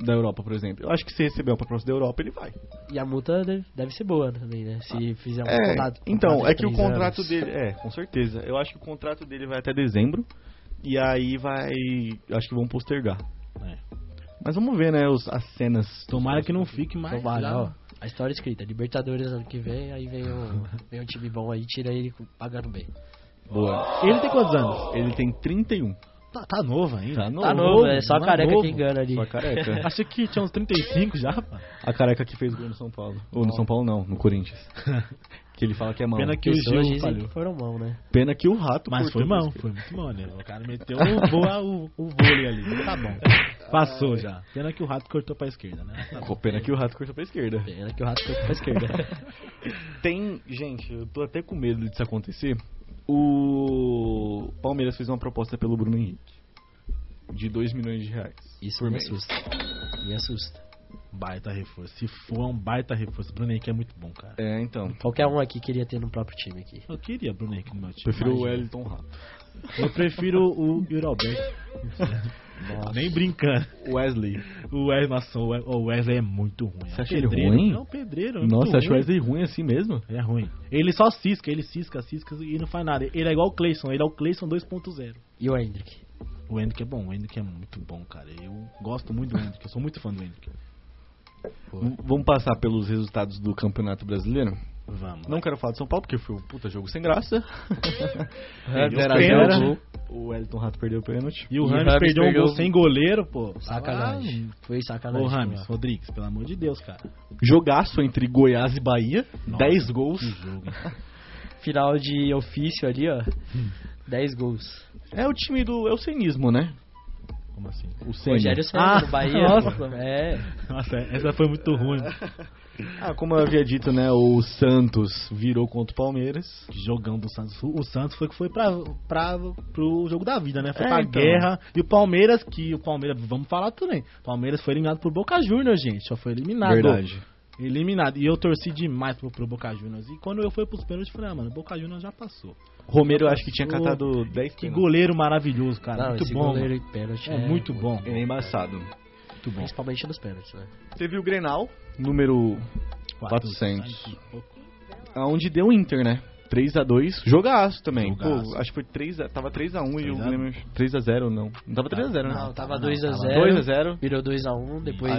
[SPEAKER 5] da Europa, por exemplo. Eu acho que se receber uma proposta da Europa, ele vai.
[SPEAKER 7] E a multa deve, deve ser boa também, né?
[SPEAKER 6] Ah,
[SPEAKER 7] Se fizer um
[SPEAKER 5] É,
[SPEAKER 7] contrato. contrato
[SPEAKER 5] então,
[SPEAKER 7] de
[SPEAKER 5] é que o
[SPEAKER 7] três
[SPEAKER 5] contrato
[SPEAKER 7] anos.
[SPEAKER 5] dele. É, com certeza. Eu acho que o contrato dele vai até dezembro. E aí vai. eu Acho que vão postergar.
[SPEAKER 6] É.
[SPEAKER 5] Mas vamos ver, né? os- as cenas.
[SPEAKER 6] Tomara que não fique mais.
[SPEAKER 7] Tomara,
[SPEAKER 6] já-
[SPEAKER 7] ó. A história é escrita, Libertadores ano que vem, aí vem um, vem um time bom aí, tira ele com- pagando bem.
[SPEAKER 5] Boa.
[SPEAKER 6] Ele tem quantos anos?
[SPEAKER 5] Ele tem 31.
[SPEAKER 6] Tá, tá novo ainda.
[SPEAKER 5] Tá novo.
[SPEAKER 7] Tá novo, é
[SPEAKER 6] novo,
[SPEAKER 7] só a
[SPEAKER 6] tá
[SPEAKER 7] careca
[SPEAKER 6] novo.
[SPEAKER 7] que engana ali.
[SPEAKER 5] Só careca.
[SPEAKER 6] Achei que tinha uns 35 já, pá.
[SPEAKER 5] A careca que fez gol no São Paulo. Ou no São Paulo não, no Corinthians. que ele fala que é mão.
[SPEAKER 6] Pena que o
[SPEAKER 7] Pessoas
[SPEAKER 6] Gil
[SPEAKER 7] dizem
[SPEAKER 6] falhou.
[SPEAKER 7] que foram mão, né?
[SPEAKER 5] Pena que o rato.
[SPEAKER 6] Mas
[SPEAKER 5] cortou
[SPEAKER 6] foi mal,
[SPEAKER 5] dois-
[SPEAKER 6] foi muito mal, né? O cara meteu o, voa, o, o vôlei ali. Tá bom. Passou já. Pena que o rato cortou pra esquerda, né? Tá bom.
[SPEAKER 5] Pena que o rato cortou pra esquerda.
[SPEAKER 7] Pena que o rato foi pra esquerda.
[SPEAKER 5] Tem, gente, eu tô até com medo disso acontecer. O Palmeiras fez uma proposta pelo Bruno Henrique de 2 milhões de reais.
[SPEAKER 7] Isso me assusta. Me assusta.
[SPEAKER 6] Baita reforço. Se for um baita reforço, o Bruno Henrique é muito bom, cara.
[SPEAKER 5] É, então.
[SPEAKER 7] Qualquer um aqui queria ter no próprio time aqui.
[SPEAKER 6] Eu queria Bruno Henrique no meu time.
[SPEAKER 5] Prefiro o
[SPEAKER 6] imagina.
[SPEAKER 5] Wellington Rato.
[SPEAKER 6] Eu prefiro o Yuri Alberto. Nem brincando.
[SPEAKER 5] Wesley.
[SPEAKER 6] O Wesley, nossa, o Wes- o Wesley é muito ruim.
[SPEAKER 5] Você
[SPEAKER 6] É um
[SPEAKER 5] acha ele
[SPEAKER 6] pedreiro.
[SPEAKER 5] ruim?
[SPEAKER 6] É um pedreiro. É muito
[SPEAKER 5] Nossa, acho o
[SPEAKER 6] ruim.
[SPEAKER 5] Wesley ruim assim mesmo?
[SPEAKER 6] Ele é ruim. Ele só cisca, ele cisca, cisca e não faz nada. Ele é igual o Cleison, ele é o Cleison 2.0.
[SPEAKER 7] E o Hendrick?
[SPEAKER 6] O Hendrick é bom, o Hendrick é muito bom, cara. Eu gosto muito do Hendrick, eu sou muito fã do Hendrick.
[SPEAKER 5] V- Vamos passar pelos resultados do Campeonato Brasileiro?
[SPEAKER 6] Vamos.
[SPEAKER 5] Não quero falar de São Paulo, porque foi um puta jogo sem graça.
[SPEAKER 6] É,
[SPEAKER 7] Perdeu
[SPEAKER 5] Zero a
[SPEAKER 7] o
[SPEAKER 5] zero.
[SPEAKER 7] pênalti.
[SPEAKER 5] O Wellington Rato perdeu o pênalti.
[SPEAKER 6] E o
[SPEAKER 7] E o
[SPEAKER 6] Rames
[SPEAKER 7] Rames
[SPEAKER 6] perdeu um
[SPEAKER 7] perdeu
[SPEAKER 6] gol
[SPEAKER 7] um-
[SPEAKER 6] sem goleiro, pô.
[SPEAKER 7] Sacanagem. Foi sacanagem.
[SPEAKER 6] Ah, Ô, Rames, Rodrigues, pelo amor de Deus, cara.
[SPEAKER 5] Jogaço entre Goiás e Bahia.
[SPEAKER 6] Nossa,
[SPEAKER 5] 10 gols.
[SPEAKER 6] Que jogo. hein?
[SPEAKER 7] Final de ofício ali, ó.
[SPEAKER 6] Hum.
[SPEAKER 7] 10 gols.
[SPEAKER 5] É o time do eucenismo, né?
[SPEAKER 6] Como assim?
[SPEAKER 5] O Senna.
[SPEAKER 7] Rogério Senna, do Bahia.
[SPEAKER 6] Ah, nossa.
[SPEAKER 7] É.
[SPEAKER 6] Nossa, essa foi muito ruim.
[SPEAKER 5] Ah, como eu havia dito, né? O Santos virou contra o Palmeiras.
[SPEAKER 6] Que jogão do Santos. O Santos foi que foi pra, pra, pro jogo da vida, né? Foi
[SPEAKER 5] É,
[SPEAKER 6] pra
[SPEAKER 5] então.
[SPEAKER 6] guerra. E o Palmeiras, que o Palmeiras, vamos falar também. O Palmeiras foi eliminado por Boca Juniors, gente. Só foi eliminado.
[SPEAKER 5] Verdade.
[SPEAKER 6] Eliminado. E eu torci demais pro, pro Boca Juniors. E quando eu fui pros pênaltis, eu falei, ah, mano, Boca Juniors já passou.
[SPEAKER 5] Romero, eu acho que tinha
[SPEAKER 6] Passou.
[SPEAKER 5] catado 10
[SPEAKER 6] Que
[SPEAKER 5] pênaltis.
[SPEAKER 6] goleiro maravilhoso, cara.
[SPEAKER 7] Não,
[SPEAKER 6] muito
[SPEAKER 7] esse
[SPEAKER 6] bom.
[SPEAKER 7] goleiro
[SPEAKER 6] mano.
[SPEAKER 7] e pênalti.
[SPEAKER 6] É muito bom.
[SPEAKER 5] É embaçado.
[SPEAKER 6] Muito bom.
[SPEAKER 7] Principalmente nos pênaltis, né?
[SPEAKER 5] Teve o Grenal, número 400. Onde deu o Inter, né? 3x2, jogaço também.
[SPEAKER 6] Jogaço.
[SPEAKER 5] Pô, acho que foi 3 a, tava 3x1 e o
[SPEAKER 6] 3 a
[SPEAKER 5] Grêmio 3x0, não. Não tava 3x0, né?
[SPEAKER 7] Não, tava
[SPEAKER 6] não,
[SPEAKER 7] 2x0.
[SPEAKER 6] tava
[SPEAKER 5] 2x0.
[SPEAKER 7] Virou 2x1, depois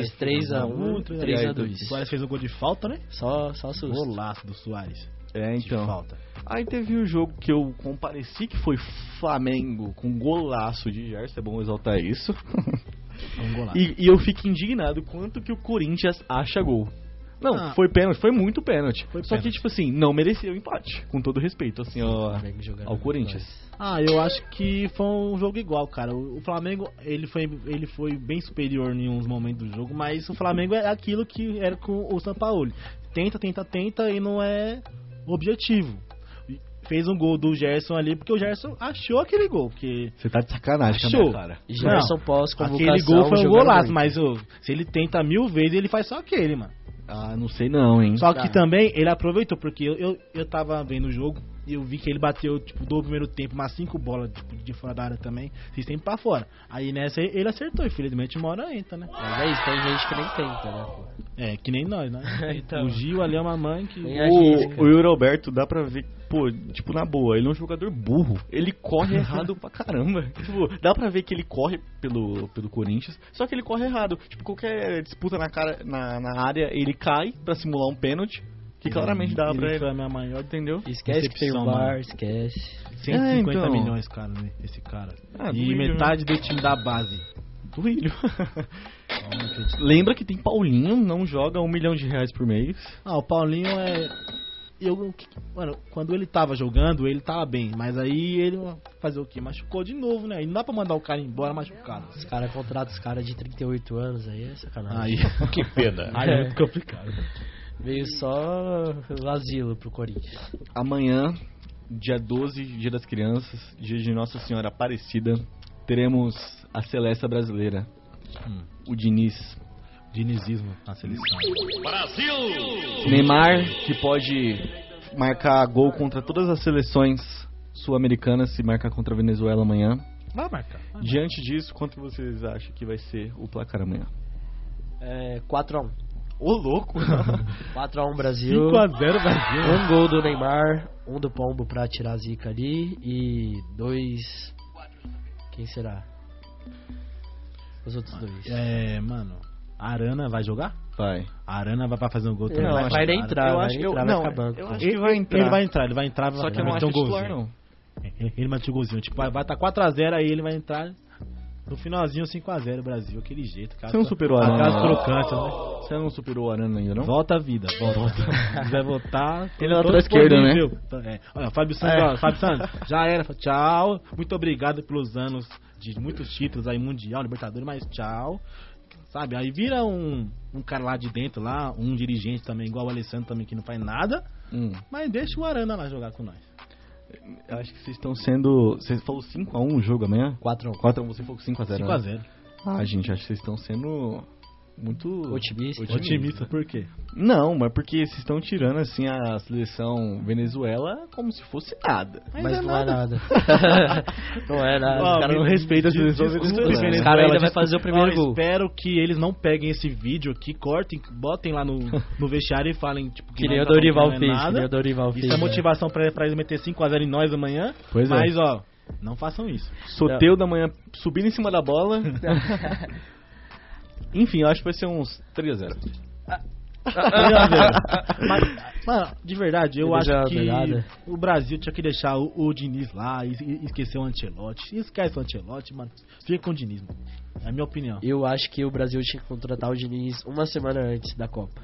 [SPEAKER 7] 3x1,
[SPEAKER 5] 3x2.
[SPEAKER 6] 3x2. O Soares
[SPEAKER 7] 3x2.
[SPEAKER 6] fez o gol de falta, né?
[SPEAKER 7] Só, só susto.
[SPEAKER 6] Golaço do Soares.
[SPEAKER 5] É,
[SPEAKER 6] De
[SPEAKER 5] então.
[SPEAKER 6] falta.
[SPEAKER 5] Aí teve o jogo que eu compareci, que foi Flamengo, com golaço de Gerson, é bom exaltar isso.
[SPEAKER 6] É um golaço.
[SPEAKER 5] E, e eu fico indignado quanto que o Corinthians acha gol. Não,
[SPEAKER 6] Ah.
[SPEAKER 5] foi pênalti, foi muito pênalti.
[SPEAKER 6] Foi
[SPEAKER 5] Só que,
[SPEAKER 6] pênalti.
[SPEAKER 5] tipo assim, não merecia o empate. Com todo respeito, assim, ó.
[SPEAKER 7] Flamengo jogando
[SPEAKER 5] Ao Corinthians.
[SPEAKER 6] Ah, eu acho que foi um jogo igual, cara. O o Flamengo, ele foi, ele foi bem superior em uns momentos do jogo, mas o Flamengo é aquilo que era com o Sampaoli. Tenta, tenta, tenta e não é objetivo. E Fez um gol do Gerson ali, porque o Gerson achou aquele gol, porque...
[SPEAKER 5] Você tá de sacanagem com a minha
[SPEAKER 6] Achou.
[SPEAKER 5] cara.
[SPEAKER 7] Gerson pós convocação.
[SPEAKER 6] Aquele gol foi um
[SPEAKER 7] jogando
[SPEAKER 6] golaço,
[SPEAKER 7] muito.
[SPEAKER 6] mas ô, se ele tenta mil vezes, ele faz só aquele, mano.
[SPEAKER 5] Ah, não sei não, hein.
[SPEAKER 6] Só que
[SPEAKER 7] Tá.
[SPEAKER 6] também ele aproveitou, porque eu, eu, eu tava vendo o jogo, eu vi que ele bateu, tipo, do primeiro tempo, umas cinco bolas tipo, de fora da área também. Vocês têm pra fora. Aí nessa ele acertou, infelizmente uma hora entra, né?
[SPEAKER 7] Mas é isso, tem gente que nem tenta, né? pô?
[SPEAKER 6] É, que nem nós, né?
[SPEAKER 7] Então.
[SPEAKER 6] O Gil ali é uma mãe que.
[SPEAKER 7] Tem a gente,
[SPEAKER 5] O, o Yuri Alberto dá pra ver, pô, tipo, na boa, ele é um jogador burro. Ele corre errado pra caramba. Tipo, dá pra ver que ele corre pelo, pelo Corinthians, só que ele corre errado. Tipo, qualquer disputa na, cara, na, na área, ele cai pra simular um pênalti, que claramente dá pra
[SPEAKER 6] Ele
[SPEAKER 5] ele.
[SPEAKER 6] foi a minha maior
[SPEAKER 5] Entendeu?
[SPEAKER 7] Esquece que tem o
[SPEAKER 6] Decepção,
[SPEAKER 7] bar,
[SPEAKER 6] mano.
[SPEAKER 7] esquece.
[SPEAKER 6] 150
[SPEAKER 5] É, então.
[SPEAKER 6] milhões, cara, né? Esse cara.
[SPEAKER 5] Ah,
[SPEAKER 6] e
[SPEAKER 5] doído, né?
[SPEAKER 6] metade do time da base.
[SPEAKER 5] Duílio. Lembra que tem Paulinho, não joga um milhão de reais por mês.
[SPEAKER 6] Ah, o Paulinho é. Eu, mano, quando ele tava jogando, ele tava bem. Mas aí ele fazer o quê? Machucou de novo, né? E não dá pra mandar o cara embora machucado.
[SPEAKER 7] Os caras contratam os caras de 38 anos aí, é
[SPEAKER 6] Aí,
[SPEAKER 7] sacanagem.
[SPEAKER 8] Que pena.
[SPEAKER 6] aí é muito complicado.
[SPEAKER 7] Veio só o asilo pro Corinthians.
[SPEAKER 5] Amanhã, dia 12, dia das crianças, dia de Nossa Senhora Aparecida, teremos a Celeste Brasileira. O Diniz.
[SPEAKER 6] Hum. Dinizismo na seleção.
[SPEAKER 5] Neymar, que pode marcar gol contra todas as seleções sul-americanas se marcar contra a Venezuela amanhã.
[SPEAKER 6] Vai marcar.
[SPEAKER 5] Diante disso, quanto vocês acham que vai ser o placar amanhã?
[SPEAKER 7] É, 4x1.
[SPEAKER 5] Ô louco!
[SPEAKER 7] 4x1 Brasil.
[SPEAKER 6] 5x0 Brasil.
[SPEAKER 7] Um gol do Neymar, um do Pombo pra tirar a zica ali e dois. Quem será? Os outros dois.
[SPEAKER 6] É, mano. A Arana vai jogar?
[SPEAKER 5] Vai.
[SPEAKER 6] A Arana vai pra fazer um gol também.
[SPEAKER 7] Não,
[SPEAKER 6] vai
[SPEAKER 7] vai
[SPEAKER 6] jogar.
[SPEAKER 7] nem entrar,
[SPEAKER 5] eu
[SPEAKER 7] vai
[SPEAKER 5] acho que eu-
[SPEAKER 7] entrar,
[SPEAKER 5] não,
[SPEAKER 7] vai ficar banco.
[SPEAKER 5] eu acho-
[SPEAKER 6] Ele,
[SPEAKER 5] que vai entrar.
[SPEAKER 6] ele vai entrar, ele vai entrar.
[SPEAKER 5] Só que
[SPEAKER 6] vai
[SPEAKER 5] eu não
[SPEAKER 6] meter
[SPEAKER 5] acho
[SPEAKER 6] um golzinho.
[SPEAKER 5] titular, não.
[SPEAKER 6] Ele- Ele mete o golzinho. Tipo, vai estar 4x0, aí ele vai entrar no finalzinho 5x0 Brasil. Aquele jeito, cara.
[SPEAKER 5] Você é um não superou a
[SPEAKER 6] Aquelas
[SPEAKER 5] Arana, não.
[SPEAKER 6] crocantes, né?
[SPEAKER 5] Você não superou o Arana ainda, não?
[SPEAKER 6] Volta a vida, volta. Se quiser voltar,
[SPEAKER 5] Então? Ele é lateral esquerdo, né?
[SPEAKER 6] né? Olha, Fábio Santos, ó, Fábio Santos, já era. Tchau. Muito obrigado pelos anos de muitos títulos aí, Mundial, Libertadores, mas tchau. Sabe? Aí vira um, um cara lá de dentro, lá, um dirigente também, igual o Alessandro também, que não faz nada.
[SPEAKER 5] Hum.
[SPEAKER 6] Mas deixa o Arana lá jogar com nós.
[SPEAKER 5] Eu acho que vocês estão sendo. Você falou 5x1 o jogo amanhã?
[SPEAKER 7] 4x1.
[SPEAKER 5] 4x1, você falou 5x0.
[SPEAKER 6] 5x0.
[SPEAKER 5] Ah, gente, acho que vocês estão sendo muito.
[SPEAKER 7] Otimista.
[SPEAKER 6] Otimista. Por quê?
[SPEAKER 5] Não, mas porque vocês estão tirando, assim, a seleção Venezuela como se fosse nada.
[SPEAKER 7] Mas não é nada. não é nada.
[SPEAKER 5] Ó,
[SPEAKER 7] Os caras não
[SPEAKER 5] me-
[SPEAKER 7] respeitam as
[SPEAKER 5] me-
[SPEAKER 7] pessoas.
[SPEAKER 5] desculpa,
[SPEAKER 7] Os
[SPEAKER 5] Venezuela,
[SPEAKER 7] caras ainda vai
[SPEAKER 5] desculpa.
[SPEAKER 7] fazer o primeiro
[SPEAKER 6] Ó,
[SPEAKER 7] gol.
[SPEAKER 6] espero que eles não peguem esse vídeo aqui, cortem, botem lá no, no vestiário e falem, tipo,
[SPEAKER 7] Que é nem
[SPEAKER 6] não
[SPEAKER 7] o
[SPEAKER 6] tá
[SPEAKER 7] Dorival
[SPEAKER 6] acontecendo
[SPEAKER 7] fez. Que
[SPEAKER 6] nada.
[SPEAKER 7] nem o Dorival fez.
[SPEAKER 6] Isso é
[SPEAKER 7] né?
[SPEAKER 6] motivação pra, pra eles meter 5x0 em nós amanhã.
[SPEAKER 5] Pois é.
[SPEAKER 6] mas, ó, não façam isso.
[SPEAKER 5] Soteu da manhã subindo em cima da bola. Enfim, eu acho que vai ser uns 3x0.
[SPEAKER 6] Mas, mano, de verdade, eu
[SPEAKER 7] Ele
[SPEAKER 6] acho
[SPEAKER 7] já
[SPEAKER 6] que
[SPEAKER 7] obrigado.
[SPEAKER 6] o Brasil tinha que deixar o, o Diniz lá e, e esquecer o Ancelotti. Esquece o Ancelotti, mano. Fica com o Diniz, mano. É a minha opinião.
[SPEAKER 7] Eu acho que o Brasil tinha que contratar o Diniz uma semana antes da Copa.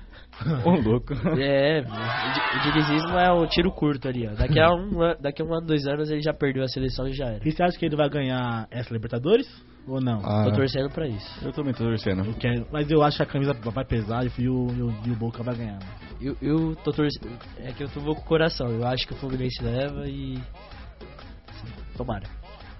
[SPEAKER 5] Ô louco.
[SPEAKER 7] É, o di- o dinizismo é o tiro curto ali, ó. Daqui a um, an- daqui a um ano, dois anos, ele já perdeu a seleção e já era.
[SPEAKER 6] E você acha que ele vai ganhar essa Libertadores ou não?
[SPEAKER 5] Ah,
[SPEAKER 7] Tô torcendo pra isso.
[SPEAKER 5] eu também tô torcendo.
[SPEAKER 6] Eu quero, mas eu acho que a camisa vai pesar e o, e o, e o Boca vai ganhar. Né?
[SPEAKER 7] Eu, eu tô torcendo. É que eu tô vou com o coração. Eu acho que o Fluminense leva e. Tomara.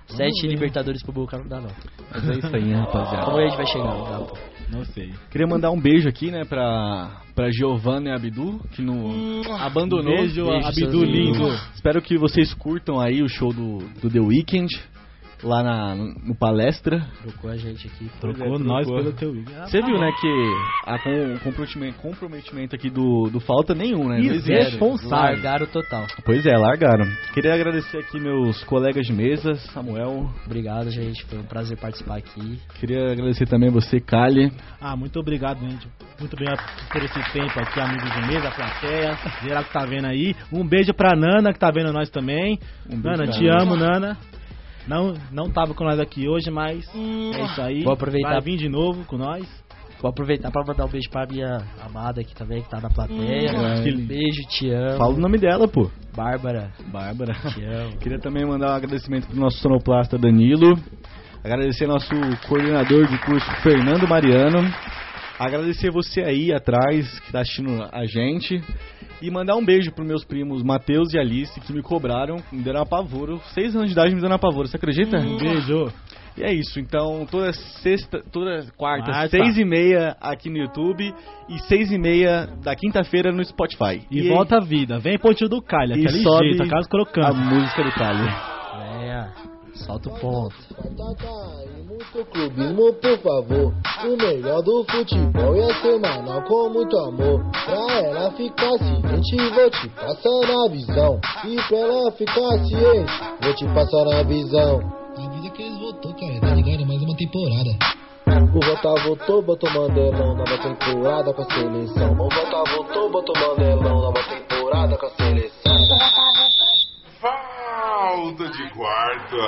[SPEAKER 7] Sete Libertadores pro Boca não dá, não.
[SPEAKER 5] Mas é isso aí, rapaziada.
[SPEAKER 7] Como a gente vai chegar? né, Não dá, pô.
[SPEAKER 6] Não sei.
[SPEAKER 5] Queria mandar um beijo aqui, né, pra, pra Giovanna e Abdu, que no, abandonou.
[SPEAKER 6] beijo,
[SPEAKER 7] Beijo,
[SPEAKER 6] Abdu
[SPEAKER 7] seus
[SPEAKER 6] lindo.
[SPEAKER 5] Espero que vocês curtam aí o show do, do The Weeknd, lá na, no, no palestra.
[SPEAKER 7] Trocou a gente aqui.
[SPEAKER 6] é, Trocou
[SPEAKER 5] trocou.
[SPEAKER 6] nós pelo teu Igor.
[SPEAKER 5] Você viu, né, que a, com- o comprometimento, comprometimento aqui do, do falta nenhum, né? Não existe.
[SPEAKER 6] Irresponsável.
[SPEAKER 7] Largaram o total.
[SPEAKER 5] Pois é, largaram. Queria agradecer aqui meus colegas de mesa, Samuel.
[SPEAKER 7] Obrigado, gente. Foi um prazer participar aqui.
[SPEAKER 5] Queria agradecer também você, Kali.
[SPEAKER 6] Ah, muito obrigado, gente. Muito obrigado por esse tempo aqui, amigos de mesa, plateia, geral que tá vendo aí. Um beijo pra Nana, que tá vendo nós também.
[SPEAKER 5] Um beijo
[SPEAKER 6] Nana,
[SPEAKER 5] pra
[SPEAKER 6] te
[SPEAKER 5] Nana.
[SPEAKER 6] amo, Nana. Não, não tava com nós aqui hoje, mas
[SPEAKER 5] Hum.
[SPEAKER 6] é isso aí.
[SPEAKER 7] Vou aproveitar.
[SPEAKER 6] Vai vir de novo com nós.
[SPEAKER 7] Vou aproveitar pra mandar um beijo pra minha amada aqui também, que tá na plateia.
[SPEAKER 5] Hum.
[SPEAKER 7] Um Beijo, te amo.
[SPEAKER 5] Fala o nome dela, pô.
[SPEAKER 7] Bárbara.
[SPEAKER 5] Bárbara.
[SPEAKER 7] Te amo.
[SPEAKER 5] Queria também mandar um agradecimento pro nosso sonoplasta Danilo. Agradecer nosso coordenador de curso, Fernando Mariano. Agradecer você aí atrás, que tá assistindo a gente. E mandar um beijo pros meus primos Matheus e
[SPEAKER 7] Hum.
[SPEAKER 5] Alice, que me cobraram, me deram apavoro. Seis anos de idade me deram apavoro, você acredita?
[SPEAKER 6] Beijo.
[SPEAKER 5] E é isso, então toda sexta, toda quarta,
[SPEAKER 6] Quarta.
[SPEAKER 5] seis e meia aqui no YouTube e seis e meia da quinta-feira no Spotify.
[SPEAKER 6] E, volta à vida. Vem Pontinho do Calha,
[SPEAKER 5] E
[SPEAKER 6] aquele
[SPEAKER 5] sobe
[SPEAKER 6] jeito, a casa crocante.
[SPEAKER 5] a música do Calho.
[SPEAKER 7] É, solta o ponto.
[SPEAKER 8] Batata e muito clubismo, por favor. O melhor do futebol é semanal com muito amor. Pra ela ficar ciente, vou te passar a visão. E pra ela ficar ciente, vou te passar a visão. Avisa que eles voltou, cara. Tá ligado? Mais uma temporada. O Vota voltou, botou Mandelão, nova temporada com a seleção. O Vota voltou, botou Mandelão, nova temporada com a seleção.
[SPEAKER 9] Falta de quarta.